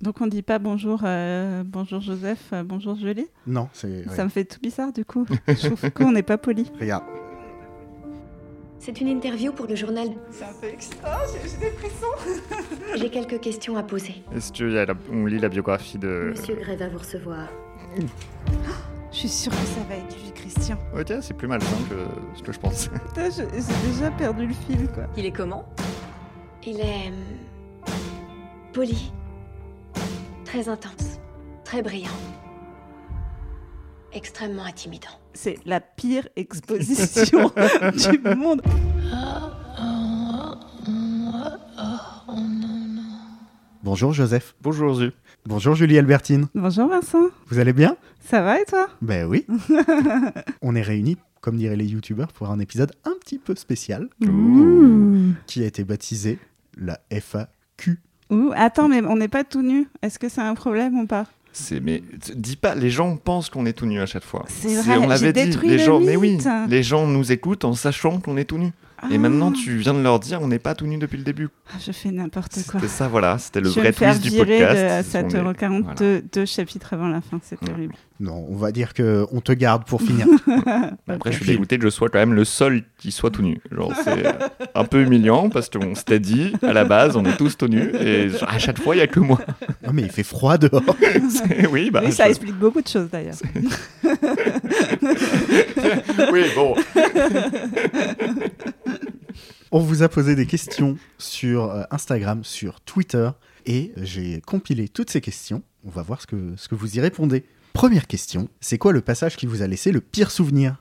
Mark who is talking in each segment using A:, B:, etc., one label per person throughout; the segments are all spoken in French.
A: Donc on dit pas bonjour, euh, bonjour Joseph, euh, bonjour Julie.
B: Non, c'est.
A: Ça me fait tout bizarre du coup. Je trouve qu'on n'est pas poli.
B: Regarde.
C: C'est une interview pour le journal.
D: C'est un peu extra, j'ai j'ai des frissons.
C: J'ai quelques questions à poser.
E: Si tu veux, il y a euh, la- on lit la biographie de.
C: Monsieur Gray va vous recevoir.
A: Je suis sûre que ça va être lui, Christian.
E: Ok, c'est plus malsain que ce que je pensais.
A: Putain, je- j'ai déjà perdu le fil quoi.
F: Il est comment
C: Il est. euh, poli. Très intense. Très brillant. Extrêmement intimidant.
A: C'est la pire exposition du monde.
B: Bonjour Joseph.
E: Bonjour, Zu.
B: Bonjour Julie Albertine.
A: Bonjour Vincent,
B: Vous allez bien
A: ça va et toi
B: Ben oui. On est réunis, comme diraient les youtubeurs, pour un épisode un petit peu spécial
A: Mmh.
B: Mmh.
A: Ouh.
B: qui a été baptisé la FAQ.
A: Ouh, Attends, mais on n'est pas tout nus. Est-ce que c'est un problème ou pas
E: C'est mais t- dis pas, les gens pensent qu'on est tout nu à chaque fois.
A: C'est vrai,
E: on
A: j'ai
E: l'avait dit.
A: détruit
E: les
A: le
E: gens, mais oui,
A: mythe.
E: les gens nous écoutent en sachant qu'on est tout nu. Et
A: Ah,
E: maintenant, tu viens de leur dire, on n'est pas tout nu depuis le début.
A: Je fais n'importe quoi.
E: C'était ça, voilà, c'était le
A: je vais
E: vrai
A: me faire
E: twist du
A: virer de
E: podcast. On est-
A: 7,42€
E: voilà.
A: deux chapitres avant la fin, c'est
E: Ouais.
A: terrible.
B: Non, on va dire que on te garde pour finir.
E: Après, je suis
B: Puis-
E: dégoûté que je sois quand même le seul qui soit tout nu. Genre, c'est euh, un peu humiliant parce qu'on s'était dit, à la base, on est tous tout nus et genre, à chaque fois, il n'y a que moi.
B: non mais il fait froid dehors.
E: C'est- oui, bah,
A: oui, ça
E: je-
A: explique beaucoup de choses d'ailleurs.
E: oui, bon.
B: On vous a posé des questions sur euh, Instagram, sur Twitter, et j'ai compilé toutes ces questions. On va voir ce que, ce que vous y répondez. Première question, c'est quoi le passage qui vous a laissé le pire souvenir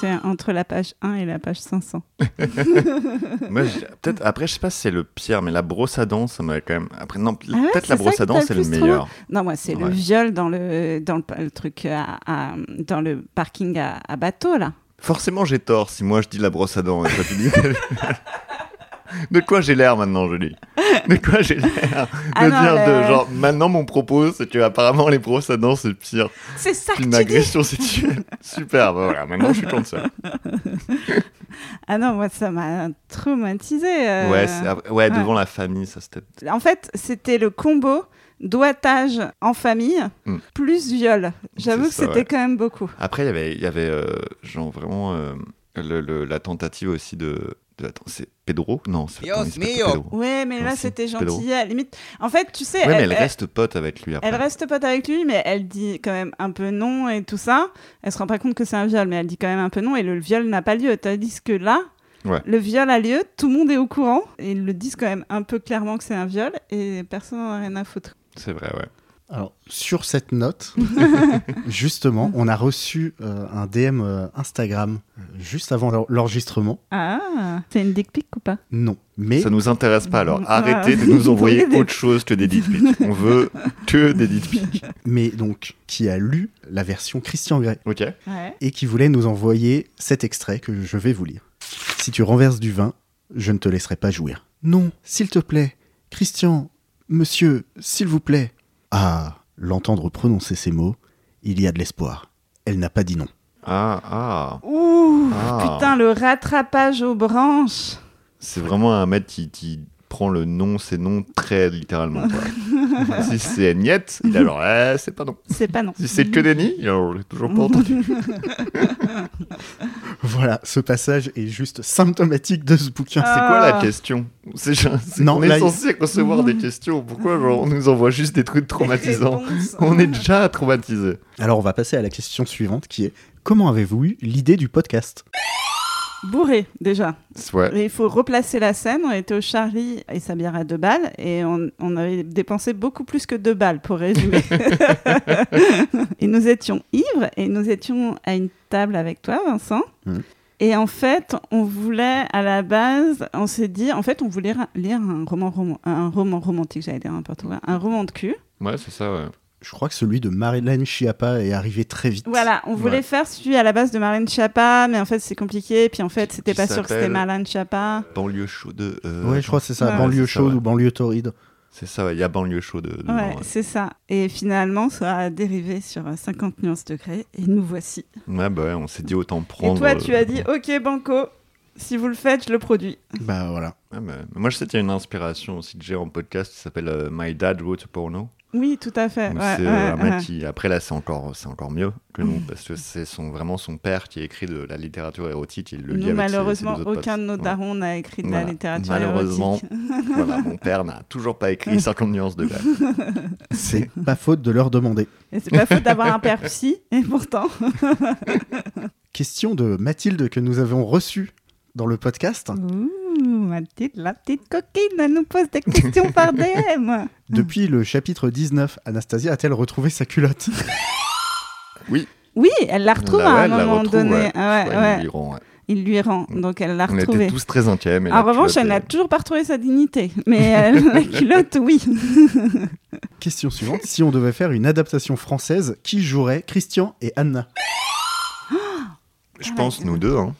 A: C'est entre la page 1 et la page 500.
E: Moi, je- peut-être après, je sais pas si c'est le pire, mais la brosse à dents, ça m'a quand même. Après, non,
A: Ah ouais,
E: peut-être la
A: c'est ça
E: brosse
A: qui
E: à dents,
A: t'a le
E: c'est le
A: plus
E: meilleur.
A: Non, moi, c'est le
E: Ouais.
A: viol dans le, dans le, pa- le truc, à, à- dans le parking à, à bateau, là.
E: Forcément, j'ai tort si moi je dis la brosse à dents et toi tu dis. De quoi j'ai l'air maintenant, Julie De quoi j'ai l'air De
A: Ah non,
E: dire de
A: le-
E: genre, maintenant mon propos, c'est que apparemment les brosses à dents, c'est pire
A: C'est ça que
E: qu'une
A: Ah, tu dis
E: agression sexuelle. Super, bah voilà, maintenant je suis contre ça.
A: Ah non, moi, ça m'a traumatisé. euh.
E: Ouais, c'est- ah, ouais,
A: Ah.
E: devant la famille, ça c'était.
A: En fait, c'était le combo doigtage en famille
E: Hmm.
A: plus viol. J'avoue que
E: C'est ça,
A: c'était
E: ouais.
A: quand même beaucoup.
E: Après, il y avait, il y avait euh, genre vraiment euh, le- le- la tentative aussi de. de- attends, c'est Pedro Non, c'est
G: Dios
E: attends, il s'appelle
G: mio.
E: pas Pedro.
A: Ouais, mais là,
E: Merci,
A: c'était
E: Pedro.
A: gentil, à la limite. En fait, tu sais,
E: Ouais, mais
A: elle-
E: elle
A: elle-
E: reste pote avec lui après.
A: Elle reste pote avec lui, mais elle dit quand même un peu non et tout ça. Elle se rend pas compte que c'est un viol, mais elle dit quand même un peu non et le viol n'a pas lieu. Tandis que là,
E: Ouais.
A: le viol a lieu, tout le monde est au courant et ils le disent quand même un peu clairement que c'est un viol et personne n'en a rien à foutre.
E: C'est vrai, ouais.
B: Alors, sur cette note, justement, on a reçu euh, un DM euh, Instagram euh, juste avant l'en- l'enregistrement.
A: Ah, c'est une dick pic ou pas
B: Non, mais
E: Ça nous intéresse pas alors.
A: Ouais.
E: Arrêtez de nous envoyer
A: Ah. Des-
E: autre chose que des dick pics. On veut que des dick pics.
B: mais donc qui a lu la version Christian Grey
E: Ok.
A: Ouais.
B: et qui voulait nous envoyer cet extrait que je vais vous lire. Si tu renverses du vin, je ne te laisserai pas jouir. Non, s'il te plaît, Christian, monsieur, s'il vous plaît. Ah, l'entendre prononcer ces mots, il y a de l'espoir. Elle n'a pas dit non.
E: Ah, ah.
A: Ouh,
E: Ah.
A: putain, le rattrapage aux branches.
E: C'est vraiment un mec qui, qui prend le nom, ses noms très littéralement. quoi. si c'est Niette, il est alors, eh, c'est pas non.
A: C'est pas non.
E: Si c'est que Denis, il est alors, j'ai toujours pas entendu.
B: Voilà, ce passage est juste symptomatique de ce bouquin.
A: Ah.
E: C'est quoi la question C'est genre- c'est
B: Non,
E: qu'on est
B: là, il-
E: censé recevoir des questions. Pourquoi genre, on nous envoie juste des trucs traumatisants
A: Réponse.
E: On est déjà traumatisés.
B: Alors on va passer à la question suivante qui est comment avez-vous eu l'idée du podcast
A: Bourré déjà.
E: Ouais.
A: Mais il faut replacer la scène. On était au Charlie et sa bière à deux balles et on, on avait dépensé beaucoup plus que deux balles pour résumer. et nous étions ivres et nous étions à une table avec toi, Vincent.
E: Mm.
B: Mhm.
A: Et en fait, on voulait à la base, on s'est dit, en fait, on voulait ra- lire un roman, roman- un roman romantique, j'allais dire n'importe quoi, un roman de cul.
E: Ouais, c'est ça, ouais.
B: Je crois que celui de Marilyn Chiappa est arrivé très vite.
A: Voilà, on voulait
E: Ouais.
A: faire celui à la base de Marlène Schiappa, mais en fait, c'est compliqué. Puis en fait, c'était
E: qui
A: pas sûr que c'était
E: s'appelle-
A: Marlène Schiappa.
E: Banlieue chaude. euh,
B: Ouais, je crois que c'est ça,
A: Ouais.
B: banlieue
E: Ouais, c'est ça,
B: chaude
E: ouais.
B: ou banlieue torride.
E: C'est ça, ouais, il y a banlieue chaude. dedans,
A: Ouais,
E: ouais.
A: c'est ça. Et finalement, ça a dérivé sur euh, 50 nuances degrés et nous voici.
E: Ouais, bah ouais, on s'est dit autant
A: Et
E: prendre.
A: toi, tu
E: euh,
A: as dit OK Banco. Si vous le faites, je le produis.
B: Bah voilà.
E: Ah, mais- mais moi, je sais qu'il y a une inspiration aussi que j'ai en podcast qui s'appelle euh, My Dad Wrote a Porno.
A: Oui, tout à fait.
E: Donc,
A: Ouais,
E: c'est
A: ouais,
E: euh, un mec
A: ouais.
E: qui- Après, là, c'est encore, c'est encore mieux que nous, parce que c'est son, vraiment son père qui écrit de la littérature érotique. Il le lit
A: Nous,
E: avec ses- ses
A: malheureusement,
E: deux autres
A: aucun de nos
E: potes. Ouais.
A: darons n'a écrit de
E: Voilà.
A: la littérature
E: Malheureusement,
A: érotique.
E: voilà, mon père n'a toujours pas écrit 50 nuances de grec.
B: C'est pas faute de leur demander.
A: Et c'est pas faute d'avoir un père psy, et pourtant.
B: Question de Mathilde que nous avons reçue dans le podcast.
A: Ouh, Mathilde, la petite coquine, elle nous pose des questions par DM.
B: Depuis le chapitre 19, Anastasia a-t-elle retrouvé sa culotte
A: Oui, elle la retrouve à
E: Là, Bah ouais,
A: un
E: elle la
A: moment
E: retrouve,
A: donné.
E: ouais.
A: Ah ouais,
E: Ouais,
A: ouais.
E: il lui rend, ouais.
A: Il lui rend, donc elle l'a
E: On était
A: retrouvée.
E: tous très intimes. et
A: En
E: la
A: revanche,
E: culotte,
A: elle n'a
E: euh,
A: toujours pas retrouvé sa dignité. Mais euh, la culotte, oui.
B: Question suivante. Si on devait faire une adaptation française, qui jouerait Christian et Anna
E: Je pense nous deux. hein.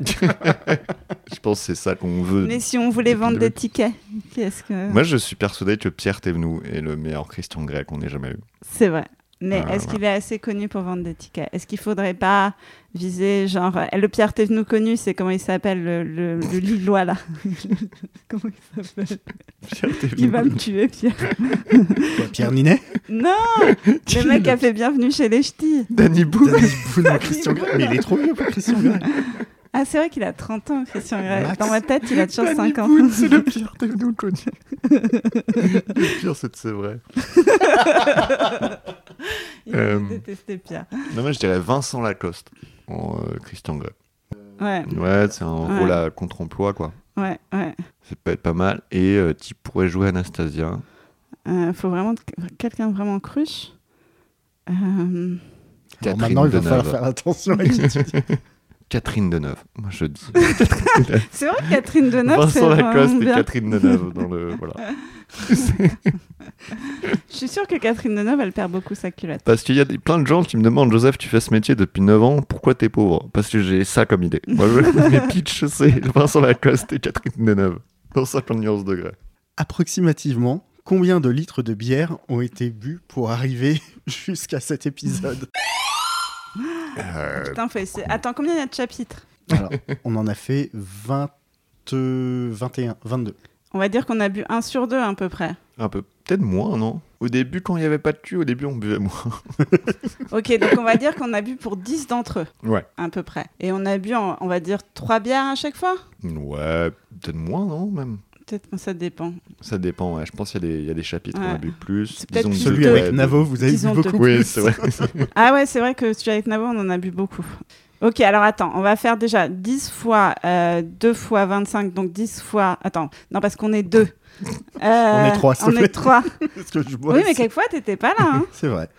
E: je pense que c'est ça qu'on veut.
A: Mais si on voulait
E: Depuis
A: vendre
E: le début.
A: des tickets, qu'est-ce que.
E: Moi, je suis persuadé que Pierre Thévenoud est le meilleur Christian Grey qu'on ait jamais eu.
A: C'est vrai. Mais
E: Ah,
A: est-ce
E: voilà.
A: qu'il est assez connu pour vendre des tickets Est-ce qu'il faudrait pas viser, genre, euh, le Pierre Thévenoud connu, c'est comment il s'appelle, le, le, le Lillois, là Comment il s'appelle
E: Pierre
A: Il va me
E: Thévenoud.
A: tuer, Pierre.
B: Quoi, Pierre Ninet
A: Non Le mec a fait Bienvenue chez les Ch'tis.
E: Danny Boone.
B: Danny Boone ou Christian Grey Mais il est trop vieux pour Christian Grey.
A: Ah, c'est vrai qu'il a 30 ans, Christian Grey.
B: Max.
A: Dans ma tête, il a toujours
E: Danny
A: 5 ans.
E: Boone, c'est le Pierre Thévenoud connu. le pire, c'est que c'est vrai.
A: Il a
E: Euh.
A: détesté Pierre.
E: Non, moi, je dirais Vincent Lacoste en euh, Christian Grey.
A: Ouais,
E: Ouais, c'est un
A: Ah Ouais.
E: rôle à contre-emploi, quoi.
A: ouais, ouais.
E: Ça peut être pas mal. Et euh, tu pourrais jouer Anastasia.
A: Euh, faut vraiment que- quelqu'un vraiment cruche. Euh,
B: Alors
E: Catherine
B: maintenant, il va
E: Deneuve.
B: falloir faire attention à qui tu dis.
E: Catherine Deneuve. Moi, je dis.
A: C'est vrai que Catherine Deneuve, c'est
E: Vincent
A: vraiment
E: Lacoste et
A: bien.
E: Catherine Deneuve dans le. Voilà.
A: Je suis sûre que Catherine Deneuve, elle perd beaucoup sa culotte.
E: Parce qu'il y a des- plein de gens qui me demandent Joseph, tu fais ce métier depuis 9 ans, pourquoi t'es pauvre Parce que j'ai ça comme idée. Moi, je, mes pitchs, c'est Vincent Lacoste et Catherine Deneuve. Dans 50 nuances degrés.
B: Approximativement, combien de litres de bière ont été bu pour arriver jusqu'à cet épisode
E: Euh,
B: Euh,
A: Putain, faut essayer. Attends, combien il y a de chapitres
B: Alors, on en a fait euh, 20, 21, 22.
A: On va dire qu'on a bu un sur deux à peu près.
E: Un peu. Peut-être moins, non Au début, quand il n'y avait pas de cul, au début, on buvait moins.
A: Ok, donc on va dire qu'on a bu pour 10 d'entre eux
E: Ouais.
A: à peu près. Et on a bu, on, on va dire, trois bières à chaque fois
E: Ouais, peut-être moins, non Même.
A: Peut-être, ça dépend.
E: Ça dépend, ouais. Je pense qu'il y, a des- il y a des chapitres où on a
A: Ouais.
E: bu plus.
A: C'est peut-être
E: Disons que
A: plus
B: Celui
E: deux,
B: avec
E: ouais, deux.
B: Navo, vous avez bu
A: Disons deux.
B: beaucoup.
E: Oui,
B: plus.
E: c'est vrai.
A: Ah ouais, c'est vrai que celui avec Navo, on en a bu beaucoup. Ok, alors attends, on va faire déjà 10 fois euh, 2 fois 25, donc 10 fois... Attends, non, parce qu'on est deux. Euh,
B: est trois, s'il te
A: On
B: plaît.
A: est trois.
B: Parce que je bois
A: Oui, mais
B: aussi.
A: quelquefois, t'étais pas là. hein.
B: C'est vrai.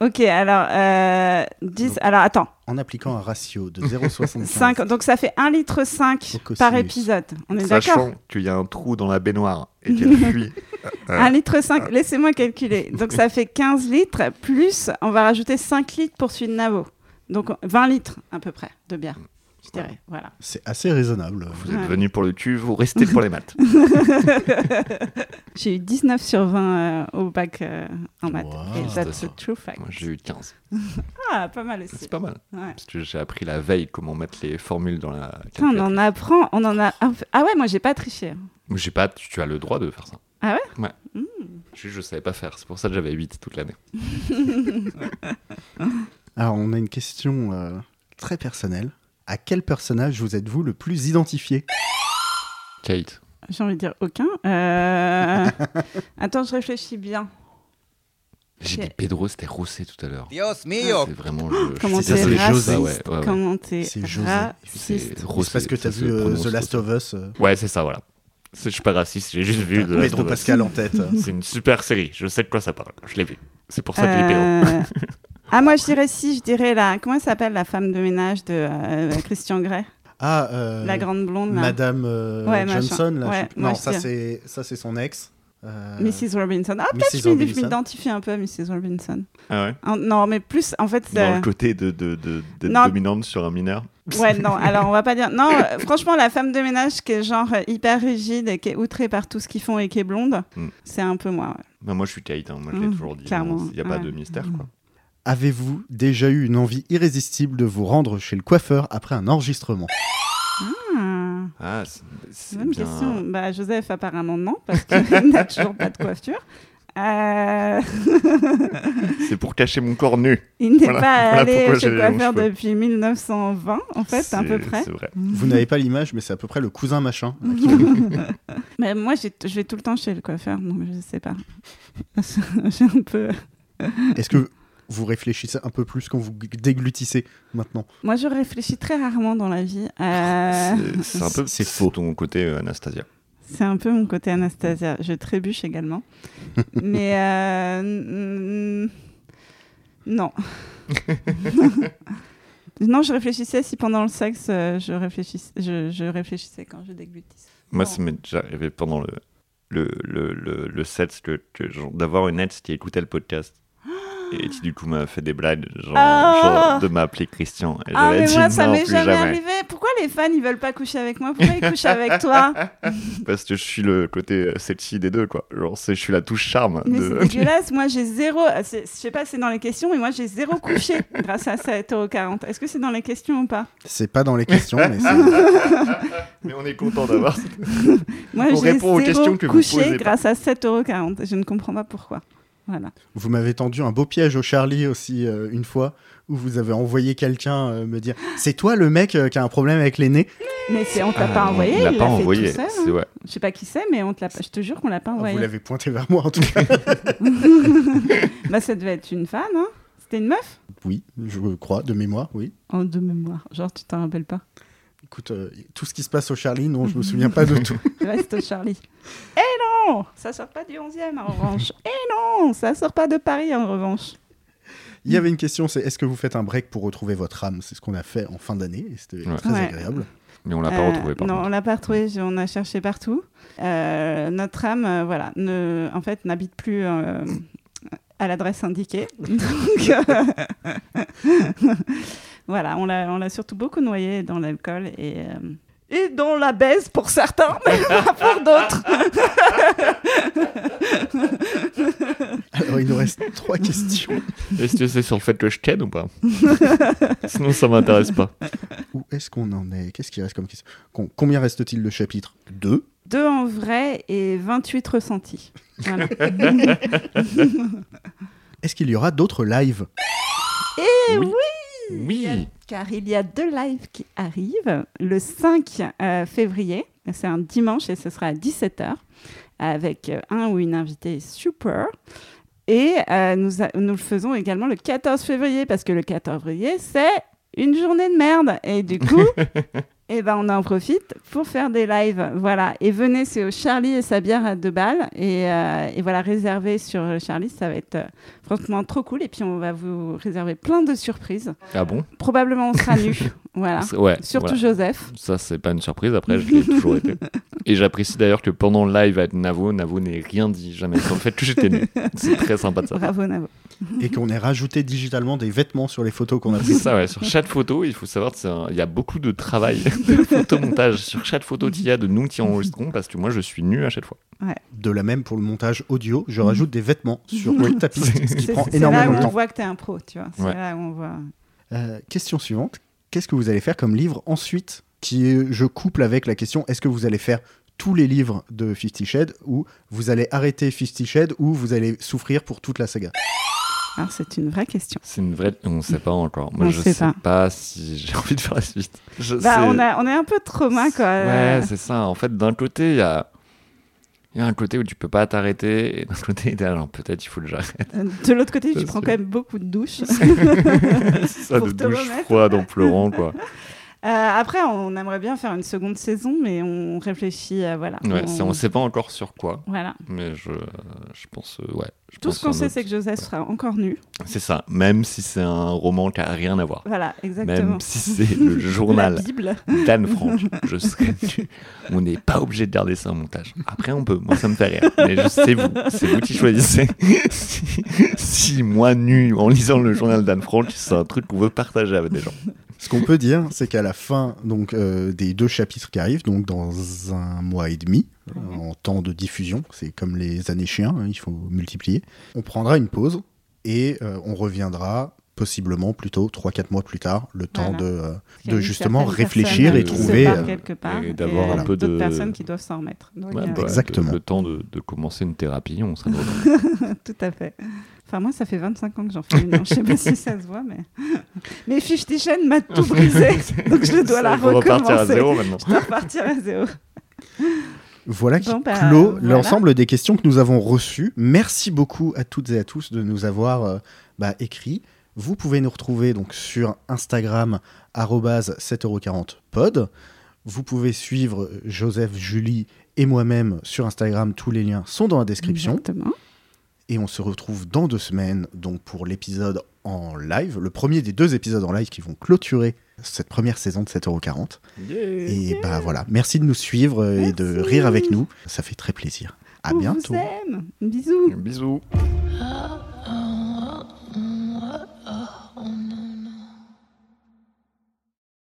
A: Ok, alors euh, 10...
B: Donc-
A: Alors attends.
B: En appliquant un ratio de 0,65.
A: 5, donc ça fait 1,5 litre
B: Au
A: par
B: cosinus.
A: épisode. On est d'accord
E: Sachant qu'il y a un trou dans la baignoire et qu'elle fuit.
A: 1,5 litre, laissez-moi calculer. Donc ça fait 15 litres, plus on va rajouter 5 litres pour celui de Navo. Donc 20 litres à peu près de bière, je dirais. Voilà.
B: C'est assez raisonnable.
E: Vous êtes
A: Ouais.
E: venu pour le cul, vous restez pour les maths.
A: J'ai eu 19 sur 20 euh, au bac euh, en maths.
B: Wow.
A: Et that's
E: Ça, ça.
A: a true fact.
E: Moi, j'ai eu 15.
A: Ah, pas mal aussi.
E: C'est pas mal.
A: Ouais.
E: Parce que j'ai appris la veille comment mettre les formules dans la
A: Putain, on
E: calculatrice.
A: en apprend, on en a. Ah ouais, moi j'ai pas triché.
E: Mais J'ai pas, tu as le droit de faire ça.
A: Ah
E: Ouais. Je, je savais pas faire, c'est pour ça que j'avais 8 toute l'année.
B: Alors, on a une question euh, très personnelle. À quel personnage vous êtes-vous le plus identifié
E: Kate.
A: J'ai envie de dire aucun. Euh, Attends, je réfléchis bien.
E: J'ai
A: Ok.
E: dit Pedro, c'était Rossé tout à l'heure.
F: Dios
E: C'est
B: Oh.
F: mío.
E: vraiment le.
A: Comment
E: je sais
A: t'es
E: pas, c'est
A: raciste,
E: José, Ah ouais, ouais, ouais.
A: Comment t'es
B: C'est José.
A: raciste.
E: C'est Rossé,
B: C'est parce que
E: ça
B: t'as
E: se
B: vu euh,
E: prononce
B: The Last
E: Rossé.
B: of Us. euh,
E: Ouais, c'est ça, voilà. C'est- Je suis pas raciste, j'ai juste vu The Last
B: Pedro
E: of Us.
B: Pascal en tête.
E: C'est une super série, je sais de quoi ça parle, je l'ai vu. C'est pour ça que j'ai Pedro.
A: Euh, ah, moi, je dirais si, je dirais la. Comment elle s'appelle la femme de ménage de euh, Christian Grey
B: Ah, euh,
A: La grande blonde, là.
B: Madame euh,
A: Ouais, machin.
B: Johnson. Là, je
A: Ouais,
B: sais plus.
A: moi,
B: non,
A: je
B: ça
A: dirais.
B: c'est ça c'est son ex. Euh,
A: Mrs. Robinson. Ah,
B: Mrs.
A: peut-être je m'id- je
B: Robinson.
A: m'identifie un peu à Mrs. Robinson.
E: Ah ouais
A: En- non, mais plus, en fait.
E: Dans
A: euh,
E: le côté de, de, de- d'être
A: Non.
E: dominante sur un mineur.
A: Ouais, non, alors on va pas dire. Non, euh, franchement, la femme de ménage qui est genre euh, hyper rigide et qui est outrée par tout ce qu'ils font et qui est blonde,
E: Mm.
A: c'est un peu moi. ouais.
E: Non, moi je suis Kate, hein, moi je l'ai
A: Mmh,
E: toujours dit.
A: clairement,
E: Il n'y a pas
A: ouais. Mmh.
E: de mystère quoi.
B: Avez-vous déjà eu une envie irrésistible de vous rendre chez le coiffeur après un enregistrement
E: Ah, c'est- c'est
A: Même
E: bien.
A: question. Bah, Joseph, apparemment, non, parce qu'il n'a toujours pas de coiffure. Euh,
E: C'est pour cacher mon corps nu.
A: il n'est
E: Voilà.
A: pas
E: Voilà
A: allé
E: pourquoi j'ai
A: chez
E: les
A: le
E: longs
A: coiffeur
E: cheveux.
A: depuis 1920, en fait, à peu
E: C'est-
A: près.
E: C'est vrai.
B: Vous n'avez pas l'image, mais c'est à peu près le cousin machin.
A: Mais moi, j'ai- je vais tout le temps chez le coiffeur, donc je sais pas. j'ai un peu.
B: Est-ce que vous réfléchissez un peu plus quand vous déglutissez maintenant
A: Moi, je réfléchis très rarement dans la vie. Euh,
E: C'est- C'est un peu
B: C'est faux.
E: ton côté euh, Anastasia.
A: C'est un peu mon côté Anastasia. Je trébuche également. Mais euh, n- n- non. non, je réfléchissais si pendant le sexe, euh, je réfléchissais, je, je réfléchissais quand je déglutissais.
E: Moi,
A: Bon.
E: ça m'est déjà arrivé pendant le, le, le, le, le set que, que genre, d'avoir une ex qui écoutait le podcast. Et qui du coup m'a fait des blagues, genre,
A: Ah
E: genre de m'appeler Christian. Et
A: Ah,
E: j'avais
A: mais
E: dit
A: moi, ça
E: non,
A: m'est
E: plus
A: jamais, arrivé. Pourquoi les fans, ils veulent pas coucher avec moi Pourquoi ils couchent avec toi
E: Parce que je suis le côté euh, sexy des deux, quoi. Genre, c'est, je suis la touche charme.
A: Mais
E: de-
A: c'est dégueulasse. Moi, j'ai zéro. c'est- Je sais pas, c'est dans les questions, mais moi, j'ai zéro couché grâce à cette au 40. Est-ce que c'est dans les questions ou pas
B: C'est pas dans les questions, mais c'est-
E: mais on est content d'avoir. cette-
A: Moi,
E: On
A: j'ai
E: répond aux
A: zéro
E: questions que vous
A: couché
E: posez pas.
A: grâce à 7,40€. Je ne comprends pas pourquoi. Voilà.
B: vous m'avez tendu un beau piège au Charlie aussi euh, une fois où vous avez envoyé quelqu'un euh, me dire c'est toi le mec euh, qui a un problème avec les nez.
A: Mais c'est, on t'a
E: Ah,
A: pas
E: on
A: envoyé,
E: l'a
A: il
E: pas
A: l'a fait
E: envoyé.
A: tout seul. hein.
E: c'est, ouais.
A: Je sais pas qui c'est, mais on te l'a pas- je te jure qu'on l'a pas
B: Ah, Vous
A: envoyé.
B: l'avez pointé vers moi en tout cas.
A: Bah, ça devait être une fan, hein C'était une meuf
B: Oui, je crois de mémoire, oui.
A: En Oh, de mémoire. Genre, tu t'en rappelles pas.
B: Écoute, euh, tout ce qui se passe au Charlie, non, je me souviens pas de tout.
A: Reste Charlie. Eh non Ça sort pas du 11e, en revanche. Eh non Ça sort pas de Paris, en revanche.
B: Il y avait une question, c'est est-ce que vous faites un break pour retrouver votre âme C'est ce qu'on a fait en fin d'année et c'était
E: Ouais.
B: très
A: Ouais.
B: agréable.
E: Mais on l'a pas
A: Euh,
E: retrouvé, par
A: Non,
E: contre.
A: on l'a pas retrouvé, je- on a cherché partout. Euh, notre âme, euh, voilà, ne, en fait, n'habite plus euh, à l'adresse indiquée. Donc, euh, voilà, on l'a on l'a surtout beaucoup noyé dans l'alcool et, euh, et dans la baisse pour certains, mais pas pour d'autres.
B: Alors il nous reste trois questions.
E: Est-ce que c'est sur le fait que je t'aide ou pas Sinon, ça m'intéresse pas.
B: Où est-ce qu'on en est Qu'est-ce qui reste comme question Con- Combien reste-t-il de chapitre 2
A: Deux en vrai et 28 ressentis. Voilà.
B: Est-ce qu'il y aura d'autres lives
A: Et
E: Oui.
A: oui.
E: Oui
A: Car il y a deux lives qui arrivent le 5 euh, février, c'est un dimanche et ce sera à 17h, avec euh, un ou une invitée super. Et euh, nous, a- nous le faisons également le 14 février, parce que le 14 février, c'est une journée de merde. Et du coup, eh ben, on en profite pour faire des lives. Voilà. Et venez, c'est au Charlie et sa bière à deux balles. Et, euh, et voilà, réservé sur le Charlie, ça va être euh, franchement trop cool. Et puis, on va vous réserver plein de surprises.
E: Ah bon
A: Probablement on sera nus. voilà.
E: C'est- Ouais.
A: Ah, Surtout
E: voilà.
A: Joseph.
E: Ça, c'est pas une surprise. Après, je l'ai toujours été. Et j'apprécie d'ailleurs que pendant le live avec Navo, Navo n'ait rien dit jamais sur le fait que j'étais nu. C'est très sympa de ça.
A: Bravo Navo.
B: et qu'on ait rajouté digitalement des vêtements sur les photos qu'on a
E: C'est
B: prises.
E: ça, ouais. Sur chaque photo, il faut savoir que c'est un- il y a beaucoup de travail de photomontage sur chaque photo qu'il y a de nous qui enregistrons parce que moi, je suis nu à chaque fois.
B: De la même pour le montage audio, je rajoute des vêtements sur toute ta piste, ce qui
A: C'est
B: prend
A: c'est là
B: énormément
A: où
B: de
A: on
B: temps.
A: voit que t'es un pro, tu vois. C'est
E: Ouais.
A: là où on voit.
B: Euh, question suivante qu'est-ce que vous allez faire comme livre ensuite Qui est- je couple avec la question est-ce que vous allez faire tous les livres de Fifty Shades ou vous allez arrêter Fifty Shades ou vous allez souffrir pour toute la saga
A: Alors Ah, c'est une vraie question.
E: C'est une vraie. On sait pas encore. Moi,
A: On
E: je
A: sait
E: sais pas,
A: pas.
E: si j'ai envie de faire la suite. Je
A: Bah,
E: sais-
A: on, a, on est un peu trauma quoi. Euh,
E: Ouais, c'est ça. En fait, d'un côté, il y a. Il y a un côté où tu peux pas t'arrêter, et d'un côté, t'es là, genre, peut-être il faut que j'arrête.
A: Euh, de l'autre côté,
E: Ça,
A: tu prends
E: c'est-
A: quand même beaucoup de douches.
E: Ça,
A: Pour
E: de
A: te
E: douche
A: remettre.
E: froide en pleurant, quoi.
A: Euh, après, on aimerait bien faire une seconde saison, mais on réfléchit. à voilà.
E: Ouais, c'est- on
A: Mm.
E: sait pas encore sur quoi,
A: Voilà.
E: mais je, je pense, euh, ouais. je
A: Tout
E: pense
A: ce qu'on
E: un
A: sait,
E: autre-
A: c'est que Joseph sera encore nu.
E: C'est ça, même si c'est un roman qui a rien à voir.
A: Voilà, exactement.
E: Même si c'est le
A: La
E: journal
A: Bible.
E: d'Anne Frank, je serais nu. On n'est pas obligé de garder ça en montage. Après, on peut, moi ça me fait rire. Mais je- c'est vous, c'est vous qui choisissez. si, si moi nu, en lisant le journal d'Anne Frank, c'est un truc qu'on veut partager avec des gens.
B: Ce qu'on peut dire, c'est qu'à la fin donc, euh, des deux chapitres qui arrivent, donc dans un mois et demi, euh, en temps de diffusion, c'est comme les années chiens, hein, il faut multiplier, on prendra une pause et euh, on reviendra possiblement plutôt 3-4 mois plus tard, le temps
A: Voilà.
B: de, euh,
A: Il y a
B: de
A: une
B: justement
A: certaine
B: réfléchir
A: personne
B: et
A: qui se
B: trouver.
A: barre
B: euh,
A: quelque part,
E: et
A: et
E: d'avoir
B: un
A: euh,
E: peu de-
A: d'autres personnes qui doivent s'en remettre. Donc,
E: Ouais,
A: euh,
E: bah,
B: Exactement.
E: Le, le temps de, de commencer une thérapie, on serait dedans.
A: Tout à fait. Enfin, moi, ça fait 25 ans que j'en fais une. hein. Je sais pas si ça se voit, mais. Mais Fifty Shane m'a tout brisé. Donc, je dois
E: Ça,
A: la
E: il faut repartir à
A: recommencer.
E: zéro maintenant.
A: Je dois repartir à zéro.
B: Voilà qui
A: Bon, bah,
B: clôt
A: voilà.
B: l'ensemble des questions que nous avons reçues. Merci beaucoup à toutes et à tous de nous avoir euh, bah, écrit. Vous pouvez nous retrouver donc sur Instagram 7,40pod. Vous pouvez suivre euh, Joseph, Julie et moi-même sur Instagram. Tous les liens sont dans la description.
A: Exactement.
B: Et on se retrouve dans deux semaines donc pour l'épisode en live, le premier des deux épisodes en live qui vont clôturer cette première saison de 7,40€. Et bah voilà, merci de nous suivre euh, et de
A: Merci.
B: rire avec nous. Ça fait très plaisir. À
A: On
B: bientôt.
A: vous aime. Bisous.
E: Bisous.
B: Bisous.